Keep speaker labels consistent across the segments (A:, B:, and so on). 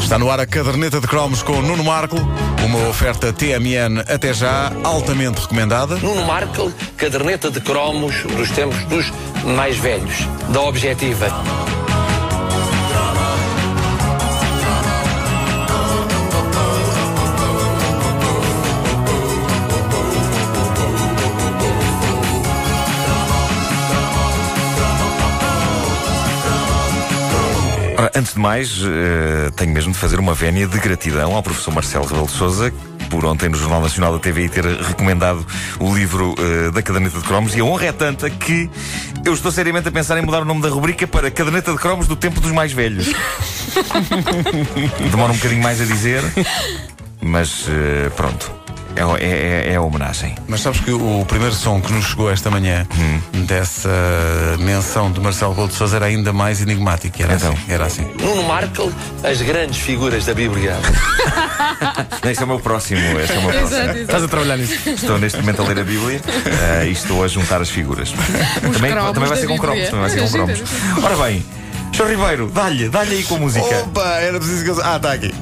A: Está no ar a caderneta de cromos com o Nuno Marco, uma oferta TMN até já altamente recomendada.
B: Nuno Markel, caderneta de cromos dos tempos dos mais velhos, da Objetiva.
C: Ora, antes de mais, eh, tenho mesmo de fazer uma vénia de gratidão ao professor Marcelo Rebelo de Souza, por ontem no Jornal Nacional da TVI ter recomendado o livro eh, da Caderneta de Cromos, e a honra é tanta que eu estou seriamente a pensar em mudar o nome da rubrica para Caderneta de Cromos do Tempo dos Mais Velhos. Demora um bocadinho mais a dizer, mas eh, pronto. É, é- é- é a homenagem.
A: Mas sabes que o primeiro som que nos chegou esta manhã
C: Hum.
A: dessa menção de Marcelo Rebelo de Sousa era ainda mais enigmático. Era
C: Então.
A: assim, era assim.
B: Nuno Markel, as grandes figuras da Bíblia.
C: Este é o meu próximo. Este é o meu próximo.
A: Estás a trabalhar nisso?
C: Estou neste momento a ler a Bíblia eh, e estou a juntar as figuras. Também,
D: cromos
C: também vai
D: da
C: ser com
D: Bíblia.
C: cromos. Também vai ser com
D: Gira,
C: cromos. Ora bem, João Ribeiro, dá-lhe, dá-lhe aí com a música.
A: Opa, era preciso que eu... Ah, está aqui.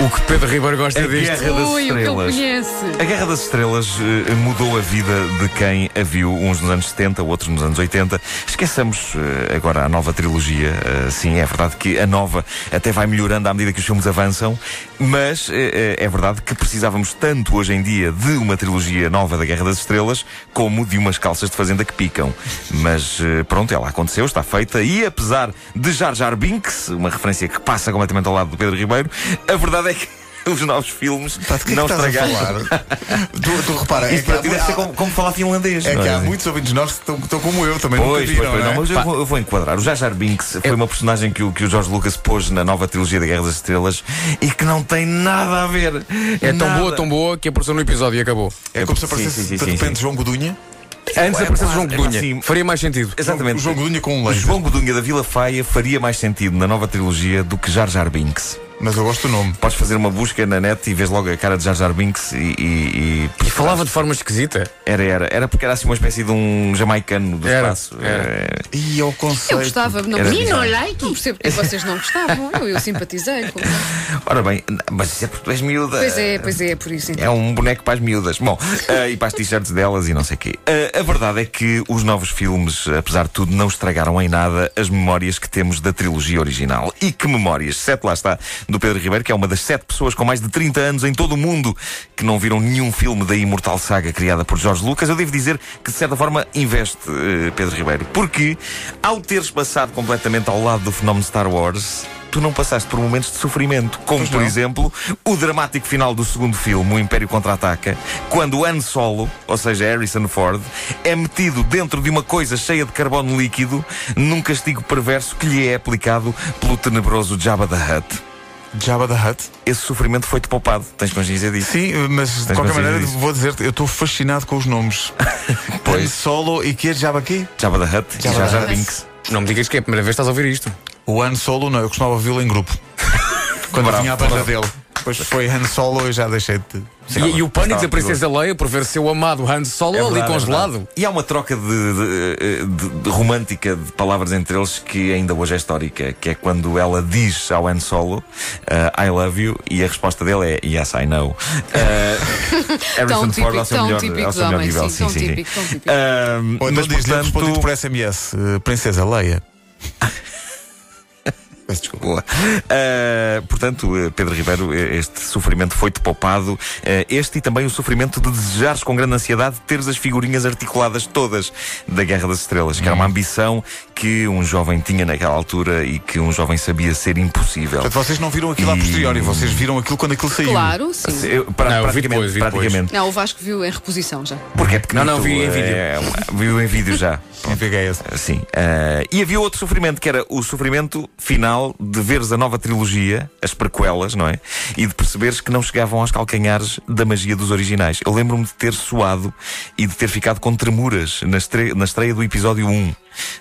E: O que Pedro Ribeiro gosta
C: A
E: disto.
C: Guerra das
D: Ui, o que ele
C: Estrelas.
D: conhece.
C: A Guerra das Estrelas eh, mudou a vida de quem a viu, uns nos anos 70, outros nos anos 80. Esqueçamos eh, agora a nova trilogia. eh, sim, é verdade que a nova até vai melhorando à medida que os filmes avançam, mas eh, eh, é verdade que precisávamos tanto hoje em dia de uma trilogia nova da Guerra das Estrelas como de umas calças de fazenda que picam. Mas eh, pronto, ela aconteceu, está feita, e apesar de Jar Jar Binks, uma referência que passa completamente ao lado do Pedro Ribeiro, a verdade é que. Os novos filmes
A: Pá, de que é que
C: não
A: estás a
C: estragaram.
A: falar? tu, tu repara, é
C: Isto
A: que há,
C: para ti deve ser como, como falar finlandês.
A: é que
C: não
A: há
C: é?
A: muitos ouvintes nossos que estão, estão como eu, também
C: Pois,
A: nunca viram,
C: pois, pois,
A: não é?
C: não, mas eu vou, eu vou enquadrar. O Jar Jar Binks foi uma personagem que o, que o George Lucas pôs na nova trilogia da Guerra das Estrelas e que não tem nada a ver.
E: É tão
C: Nada.
E: boa, tão boa que apareceu no episódio e acabou.
A: É como se
C: Sim, sim, sim,
A: aparecesse de
C: sim,
A: repente
C: sim.
A: João Godunha.
E: Antes apareceu o João
C: tipo, é pá,
E: Godunha.
C: sim.
E: Faria mais sentido.
C: Exatamente.
A: O João Godunha com um
C: O
A: laser.
C: João Godunha da Vila Faia faria mais sentido na nova trilogia do que Jar Jar Binks.
A: Mas eu gosto do nome.
C: Podes fazer uma busca na net e vês logo a cara de Jar Jar Binks e. e,
E: E falava de forma esquisita.
C: Era, era. Era porque era assim uma espécie de um jamaicano do
E: Era,
C: espaço.
E: era.
C: É,
A: E ao conceito.
D: Eu gostava, não,
C: Era
D: Ih, não
C: bizarro.
D: like. Não percebo porque vocês não gostavam. Eu, eu simpatizei. com-
C: Ora bem, mas isso é porque tu és miúda.
D: Pois é, pois é, por isso. Então.
C: É um boneco para as miúdas. Bom, eh, e para as t-shirts delas e não sei o quê. Eh, a verdade é que os novos filmes, apesar de tudo, não estragaram em nada as memórias que temos da trilogia original. E que memórias? Sete, lá está, do Pedro Ribeiro, que é uma das sete pessoas com mais de 30 anos em todo o mundo que não viram nenhum filme da imortal saga criada por Jorge Lucas. Eu devo dizer que, de certa forma, investe eh, Pedro Ribeiro. Porque, ao teres passado completamente ao lado do fenómeno Star Wars, tu não passaste por momentos de sofrimento, como por exemplo o dramático final do segundo filme, O Império Contra-Ataca, quando Han Solo, ou seja, Harrison Ford, é metido dentro de uma coisa cheia de carbono líquido num castigo perverso que lhe é aplicado pelo tenebroso Jabba the Hutt.
A: Jabba the Hutt.
C: Esse sofrimento foi-te poupado, tens consciência disso?
A: Sim, mas de
C: Tens
A: qualquer
C: consciência
A: maneira
C: disso?
A: vou dizer-te, eu estou fascinado com os nomes. pois. Solo e que é Jabba quê?
C: Jabba the Hutt e
A: Jabba
C: É um
A: the
C: Jar Jar
A: Hutt.
C: Binks.
E: Não me digas que é a primeira vez que estás a ouvir isto.
A: O Han Solo não, eu costumava ouvi-lo em grupo. Quando
C: Bravo,
A: vinha a banda dele. Depois foi Han Solo e já deixei de.
E: E, e o pânico da
C: Gostava,
E: Princesa Leia por ver seu amado Han Solo
C: É
E: ali
C: verdade, é
E: congelado.
C: verdade. E há uma troca de, de- de- de romântica de palavras entre eles que ainda hoje é histórica, que é quando ela diz ao Han Solo ah, I love you e a resposta dele é Yes, I know. Ah, Harrison
D: típico-
C: Ford ao seu
D: tão
C: melhor,
D: típico
C: ao seu
D: do
C: melhor
D: homem,
C: nível.
D: sim, tão típico, tão típico.
C: Ah,
A: Ou então
C: mas
A: diz-lhe respondido
C: portanto,
A: por SMS, eh, Princesa Leia.
C: Peço desculpa. Boa. Ah, portanto, eh, Pedro Ribeiro, eh, este sofrimento foi-te poupado. Eh, este e também o sofrimento de desejares com grande ansiedade teres as figurinhas articuladas todas da Guerra das Estrelas, que era
E: Uhum.
C: uma ambição que um jovem tinha naquela altura e que um jovem sabia ser impossível.
A: Portanto, vocês não viram
C: Hum.
A: aquilo a posteriori, vocês viram aquilo quando aquilo saiu.
D: Claro, sim.
C: Eu, pra-
E: Não, eu vi
C: praticamente,
E: depois, vi depois.
C: praticamente.
D: Não, o Vasco viu em reposição já.
C: Porque é pequenito.
E: Não, não, vi em vídeo.
C: eh, viu em vídeo já.
A: Quem pega é esse?
C: Sim. Ah, e havia outro sofrimento, que era o sofrimento final de veres a nova trilogia, as prequelas, não é? E de perceberes que não chegavam aos calcanhares da magia dos originais. Eu lembro-me de ter suado e de ter ficado com tremuras na, estre- na estreia do episódio 1.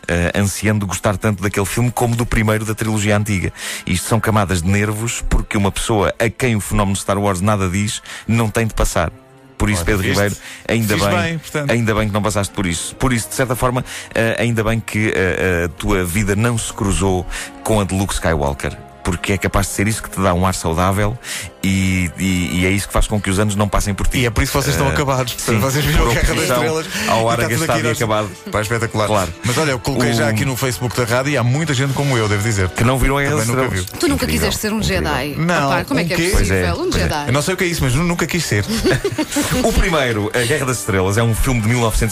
C: ah, ansiando gostar tanto daquele filme como do primeiro da trilogia antiga. Isto são camadas de nervos porque uma pessoa a quem o fenómeno Star Wars nada diz não tem de passar. Por isso,
A: Olha,
C: Pedro
A: viste?
C: Ribeiro, ainda
A: Fiz
C: bem,
A: bem, portanto.
C: ainda bem que não passaste por isso. Por isso, de certa forma, eh, ainda bem que eh, a tua vida não se cruzou com a de Luke Skywalker. Porque é capaz de ser isso que te dá um ar saudável e, e- e é isso que faz com que os anos não passem por ti.
A: E é por isso que vocês estão
C: Eh,
A: acabados.
C: sim,
A: vocês viram
C: por
A: a Guerra das
C: oposição
A: Estrelas.
C: Ao
A: e
C: ar
A: está tudo
C: agastado
A: aqui
C: e
A: nós-
C: acabado.
A: Pá, espetacular.
C: Claro.
A: Mas olha, eu coloquei
C: O-
A: já aqui no Facebook da rádio e há muita gente como eu, devo dizer.
C: Que não viram a Guerra
A: Também
C: das
A: nunca
C: Estrelas.
A: viu.
D: Tu nunca
C: Incrível,
D: quiseste ser um
C: incrível.
D: Jedi.
A: Não,
D: Rapá, como é que
A: um quê?
D: é possível?
C: Pois é,
D: um
C: pois é.
A: Eu
D: Jedi.
A: não sei o que é isso, mas nunca quis ser.
C: O primeiro, A Guerra das Estrelas, é um filme de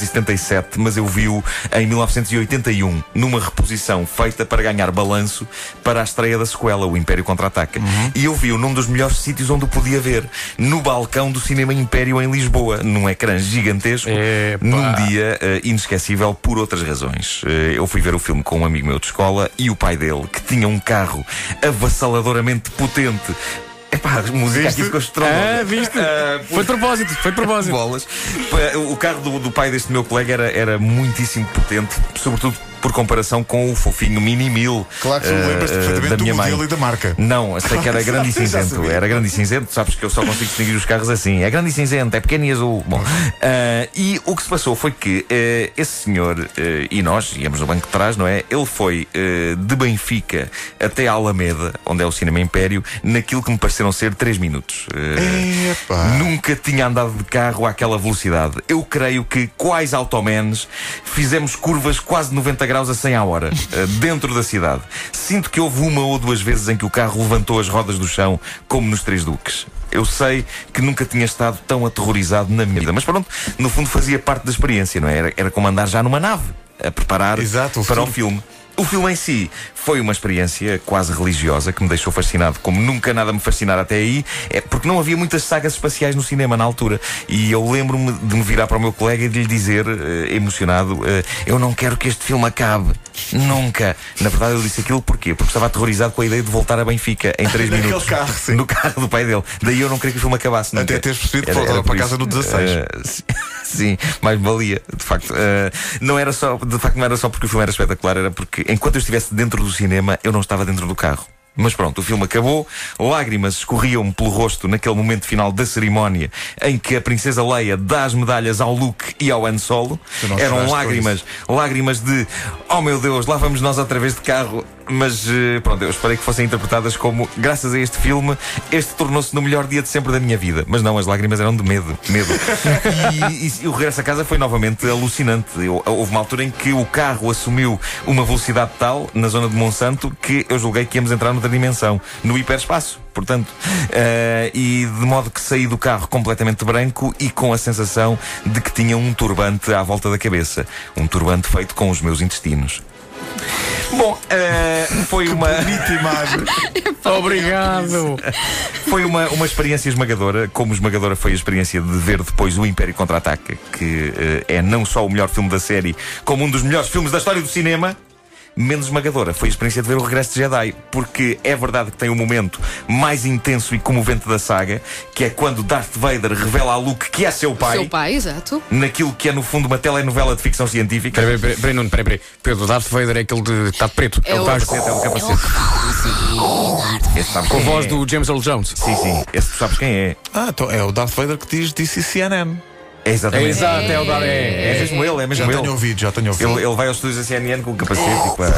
C: 1977, mas eu vi-o em 1981, numa reposição feita para ganhar balanço para a estreia da sequela, O Império Contra-Ataca.
E: Uhum.
C: E eu vi-o num dos melhores sítios onde o podia ver, no balcão do Cinema Império em Lisboa, num ecrã gigantesco,
E: Epá.
C: num dia eh, inesquecível por outras razões. Eh, eu fui ver o filme com um amigo meu de escola e o pai dele, que tinha um carro avassaladoramente potente. Epá, música
A: Viste?
C: aqui ficou
E: Ah,
C: estronda.
E: viste?
C: Ah,
E: Foi de propósito, foi de propósito.
C: Bolas. Pa- O carro do, do pai deste meu colega era, era muitíssimo potente, sobretudo por comparação com o fofinho Mini Mil.
A: Claro que tu
C: eh,
A: lembras
C: eh,
A: perfeitamente
C: da
A: do
C: minha
A: modelo
C: mãe.
A: e da marca.
C: Não, sei que era grande e
A: Já
C: cinzento.
A: sabia.
C: Era grande e cinzento, sabes que eu só consigo distinguir os carros assim. É grande e cinzento, é pequeno e azul. Bom, ah, e o que se passou foi que eh, esse senhor eh, e nós, íamos no banco de trás, não é? Ele foi eh, de Benfica até a Alameda, onde é o Cinema Império, naquilo que me pareceram ser 3 minutos.
A: É.
C: Eh,
A: Epá.
C: Nunca tinha andado de carro àquela velocidade. Eu creio que quais automenes fizemos curvas quase 90 graus a 100 à hora, eh, dentro da cidade. Sinto que houve uma ou duas vezes em que o carro levantou as rodas do chão, como nos Três Duques. Eu sei que nunca tinha estado tão aterrorizado na minha vida. Mas pronto, no fundo fazia parte da experiência, não é? Era, era como andar já numa nave, a preparar
A: Exato, o
C: para o
A: futuro.
C: filme. O filme em si foi uma experiência quase religiosa que me deixou fascinado, como nunca nada me fascinara até aí, é porque não havia muitas sagas espaciais no cinema na altura. E eu lembro-me de me virar para o meu colega e de lhe dizer, eh, emocionado, eh, eu não quero que este filme acabe. Nunca. Na verdade, eu disse aquilo porquê? Porque estava aterrorizado com a ideia de voltar a Benfica em 3
A: Naquele
C: minutos.
A: carro, sim.
C: No carro do pai dele. Daí eu não queria que o filme acabasse. nunca.
A: Até teres percebido que
C: Era-
A: voltava
C: era
A: para
C: por
A: casa
C: isso.
A: no 16.
C: Eh, Sim, Sim, mais valia, de facto. Eh, não era só, de facto, não era só porque o filme era espetacular, era porque enquanto eu estivesse dentro do cinema, eu não estava dentro do carro. Mas pronto, o filme acabou, lágrimas escorriam-me pelo rosto naquele momento final da cerimónia em que a princesa Leia dá as medalhas ao Luke e ao Han Solo.
A: Tu não
C: Eram
A: choraste com
C: lágrimas, lágrimas de oh meu Deus, lá vamos nós outra vez de carro. Mas eh, pronto, eu esperei que fossem interpretadas como graças a este filme, este tornou-se no melhor dia de sempre da minha vida. Mas não, as lágrimas eram de medo, medo. e, e- e o regresso a casa foi novamente alucinante. Eu- houve uma altura em que o carro assumiu uma velocidade tal na zona de Monsanto que eu julguei que íamos entrar noutra dimensão, no hiperespaço. Portanto, eh, e de modo que saí do carro completamente branco e com a sensação de que tinha um turbante à volta da cabeça. Um turbante feito com os meus intestinos. Bom, eh, foi uma.
A: Bonita imagem.
E: Obrigado.
C: Foi uma, uma experiência esmagadora, como esmagadora foi a experiência de ver depois o Império Contra-Ataca, que eh, é não só o melhor filme da série, como um dos melhores filmes da história do cinema. Menos esmagadora foi a experiência de ver o Regresso de Jedi, porque é verdade que tem o momento mais intenso e comovente da saga, que é quando Darth Vader revela a Luke que é seu pai,
D: Seu pai, exato.
C: naquilo que é no fundo uma telenovela de ficção científica.
E: Peraí, peraí, peraí, Nuno, peraí, peraí. Pedro, o Darth Vader é aquele de. Está preto.
D: É o-
E: que
C: Capacete, é um capacete. Esse sabe
E: Com a
C: quem
E: voz
C: é.
E: do James Earl Jones.
C: Sim, sim, esse tu sabes quem é.
A: Ah, então é o Darth Vader que diz disse CNN.
C: É exatamente.
E: é o Darth
C: É mesmo ele, é
A: Já
C: mesmo ele.
A: tenho ouvido, já tenho ouvido.
C: Ele, ele vai aos estúdios da CNN com o capacete e com a...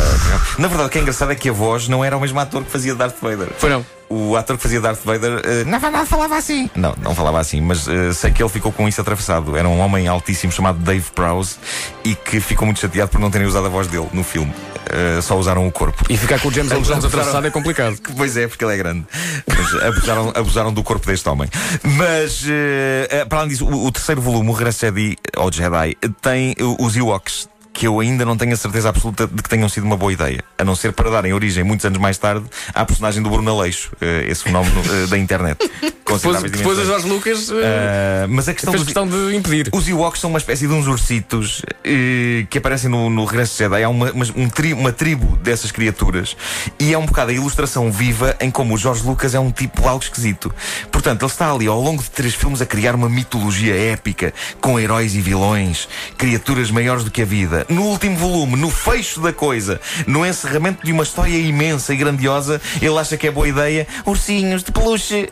C: Na verdade, o que é engraçado é que a voz não era o mesmo ator que fazia Darth Vader.
E: Foi não.
C: O ator que fazia Darth Vader, eh, na verdade, falava assim. Não, não falava assim, mas eh, sei que ele ficou com isso atravessado. Era um homem altíssimo chamado Dave Prowse e que ficou muito chateado por não terem usado a voz dele no filme. Eh, só usaram o corpo.
E: E ficar com o James Earl Jones atravessado é complicado.
C: Que, Pois é, porque ele é grande. Mas abusaram, abusaram do corpo deste homem. Mas, eh, eh, para além disso, o, o terceiro volume, o Regresso Jedi, ou Jedi, eh, tem eh, os Ewoks. Que eu ainda não tenho a certeza absoluta de que tenham sido uma boa ideia. A não ser para darem origem, muitos anos mais tarde, à personagem do Bruno Aleixo, eh, esse fenómeno eh, da internet.
E: Depois,
C: Consideráveis
E: depois o
C: dimensões.
E: Jorge Lucas eh,
C: Eh, mas a questão
E: fez
C: dos-
E: questão de impedir.
C: os Ewoks são uma espécie de uns ursitos eh, que aparecem no, no Regresso de Jedi. Há uma, mas um tri- uma tribo dessas criaturas e é um bocado a ilustração viva em como o Jorge Lucas é um tipo algo esquisito. Portanto, ele está ali ao longo de três filmes a criar uma mitologia épica com heróis e vilões, criaturas maiores do que a vida. No último volume, no fecho da coisa, no encerramento de uma história imensa e grandiosa, ele acha que é boa ideia ursinhos de peluche.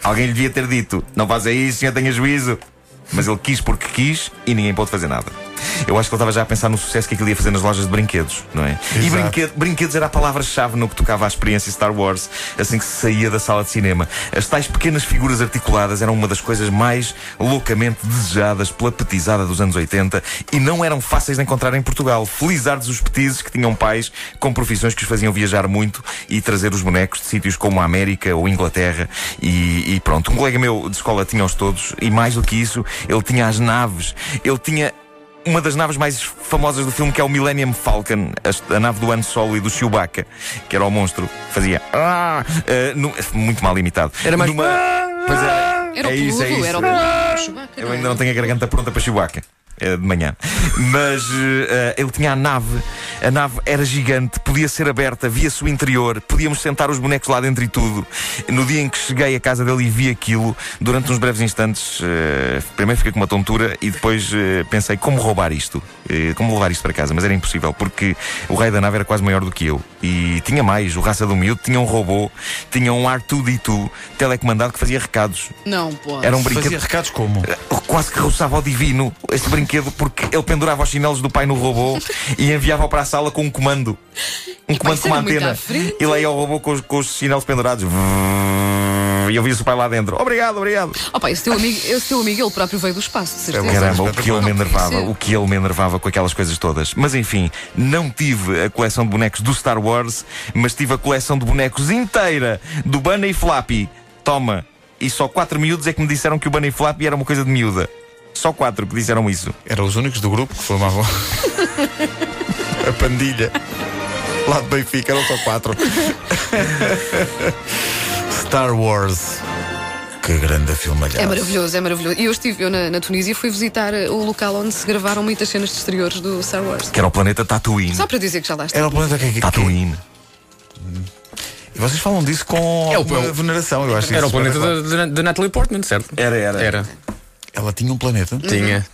C: Alguém lhe devia ter dito: Não faça isso, senhor, tenha juízo. Mas ele quis porque quis e ninguém pôde fazer nada. Eu acho que ele estava já a pensar no sucesso que aquilo ia fazer nas lojas de brinquedos, não é? E
A: Exato.
C: brinquedo- brinquedos era a palavra-chave no que tocava à experiência Star Wars assim que se saía da sala de cinema. As tais pequenas figuras articuladas eram uma das coisas mais loucamente desejadas pela petizada dos anos 80 e não eram fáceis de encontrar em Portugal. Felizardos os petizes que tinham pais com profissões que os faziam viajar muito e trazer os bonecos de sítios como a América ou Inglaterra e, e pronto. Um colega meu de escola tinha-os todos e mais do que isso, ele tinha as naves, ele tinha uma das naves mais famosas do filme, que é o Millennium Falcon, a, a nave do Han Solo e do Chewbacca, que era o monstro, que fazia. "Ah", eh, nu- muito mal imitado.
E: Era mais- Ah!
C: Numa- Pois é,
D: Era o
C: é isso, é
D: peludo,
C: isso.
D: era o peludo do Chewbacca,
C: Eu
D: não
C: ainda
D: era?
C: não tenho a garganta pronta para Chewbacca. eh, De manhã, mas eh, ele tinha a nave, a nave era gigante, podia ser aberta, via-se o interior, podíamos sentar os bonecos lá dentro e tudo. No dia em que cheguei à casa dele e vi aquilo, durante uns breves instantes, eh, primeiro fiquei com uma tontura e depois eh, pensei como roubar isto, Eh, como levar isto para casa, mas era impossível porque o raio da nave era quase maior do que eu e tinha mais. O raça do miúdo tinha um robô, tinha um R2D2 telecomandado que fazia recados,
D: Não pode.
C: era um brinquedo
A: Fazia recados como?
C: quase que roçava ao divino este brinquedo porque ele pendurava os chinelos do pai no robô e enviava-o para a sala com um comando. Um comando
D: E vai
C: com uma
D: ser muito à
C: antena.
D: frente.
C: E lá ia ao robô com os, com os chinelos pendurados. E eu via-se o pai lá dentro. Obrigado, obrigado.
D: Opa, esse teu amigo, esse teu amigo ele próprio veio do espaço,
C: É um
D: de certeza.
C: Caramba, o que ele me
D: Não,
C: enervava,
D: podia ser.
C: o que ele me enervava com aquelas coisas todas. Mas enfim, não tive a coleção de bonecos do Star Wars, mas tive a coleção de bonecos inteira do Bunny e Flappy. Toma! E só quatro miúdos é que me disseram que o Bunny e Flappy era uma coisa de miúda. Só quatro que disseram isso.
A: Eram os únicos do grupo que formavam a pandilha. Lá de Benfica eram só quatro. Star Wars. Que grande filmalhada.
D: É maravilhoso, é maravilhoso. E eu estive eu na, na Tunísia fui visitar eh, o local onde se gravaram muitas cenas de exteriores do Star Wars.
C: Que era o planeta Tatooine.
D: Só para dizer que já lá está.
A: Era o planeta que, que, que
C: Tatooine.
A: E vocês falam disso com
E: É o
A: alguma
E: plan-
A: veneração, eu acho.
E: Era o
A: isso
E: planeta
A: espetacular.
E: da, da, da Natalie Portman, certo?
C: Era, era.
E: Era.
A: Ela tinha um planeta.
E: Tinha.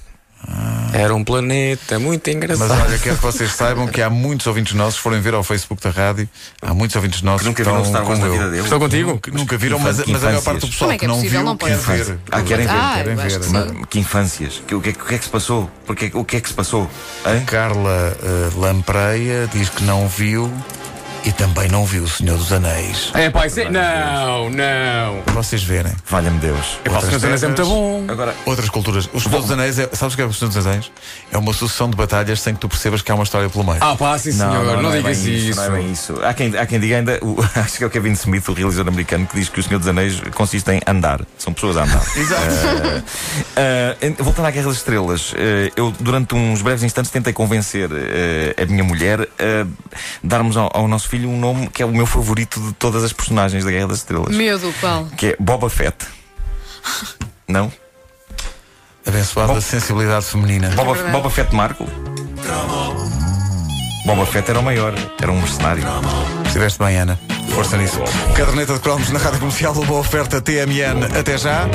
E: Era um planeta muito
A: Mas
E: engraçado.
A: olha, quero que vocês saibam que há muitos ouvintes nossos, se forem ver ao Facebook da rádio, há muitos ouvintes nossos
C: Que nunca
A: que
C: viram
A: estão
C: Star Wars
A: como
C: na vida
A: eu.
C: deles.
E: Estou contigo?
A: Que nunca viram, mas,
C: Infan-
A: mas a maior
C: infâncias.
A: parte do pessoal
D: Como é que
A: que
D: é
A: não
D: possível?
A: viu
D: Não pode
A: quer
D: ser.
A: ver.
C: Ah, querem ver,
D: Ah,
A: querem
D: eu acho
A: ver.
D: que sim.
C: Hum, Que infâncias. Que- o, que, é que- o que é que se passou? Porque, o que é que se passou? Hein?
A: Carla eh, Lampreia diz que não viu e também não viu o Senhor dos Anéis.
E: É, pá, isso é... Não, não.
A: Para vocês verem.
C: Valha-me Deus.
E: É, pá, o Senhor dos Anéis é muito
A: terras.
E: bom.
C: Agora,
A: Outras culturas. O Senhor dos Anéis é. Sabes o que é o Senhor dos Anéis? É uma sucessão de batalhas sem que tu percebas que há uma história pelo meio.
E: Ah, pá, sim, senhor. Não,
C: é
E: digas
C: bem
E: isso.
C: Não é bem isso. Há quem, há quem diga ainda, o- acho que é o Kevin Smith, o realizador americano, que diz que o Senhor dos Anéis consiste em andar. São pessoas a andar.
A: Exato.
C: Ah, em- voltando à Guerra das Estrelas, eh, eu durante uns breves instantes tentei convencer eh, a minha mulher a darmos ao, ao nosso filho um nome que é o meu favorito de todas as personagens da Guerra das Estrelas,
D: Medo, Paulo.
C: que é Boba Fett. Não?
A: Abençoada
C: Bom.
A: sensibilidade feminina.
C: Boba,
D: verdade.
C: Boba Fett Marco? Boba Fett era o maior, era um mercenário.
A: Estiveste bem, Ana. Força nisso. Caderneta de Cromos na Rádio Comercial, uma boa oferta TMN. Até já.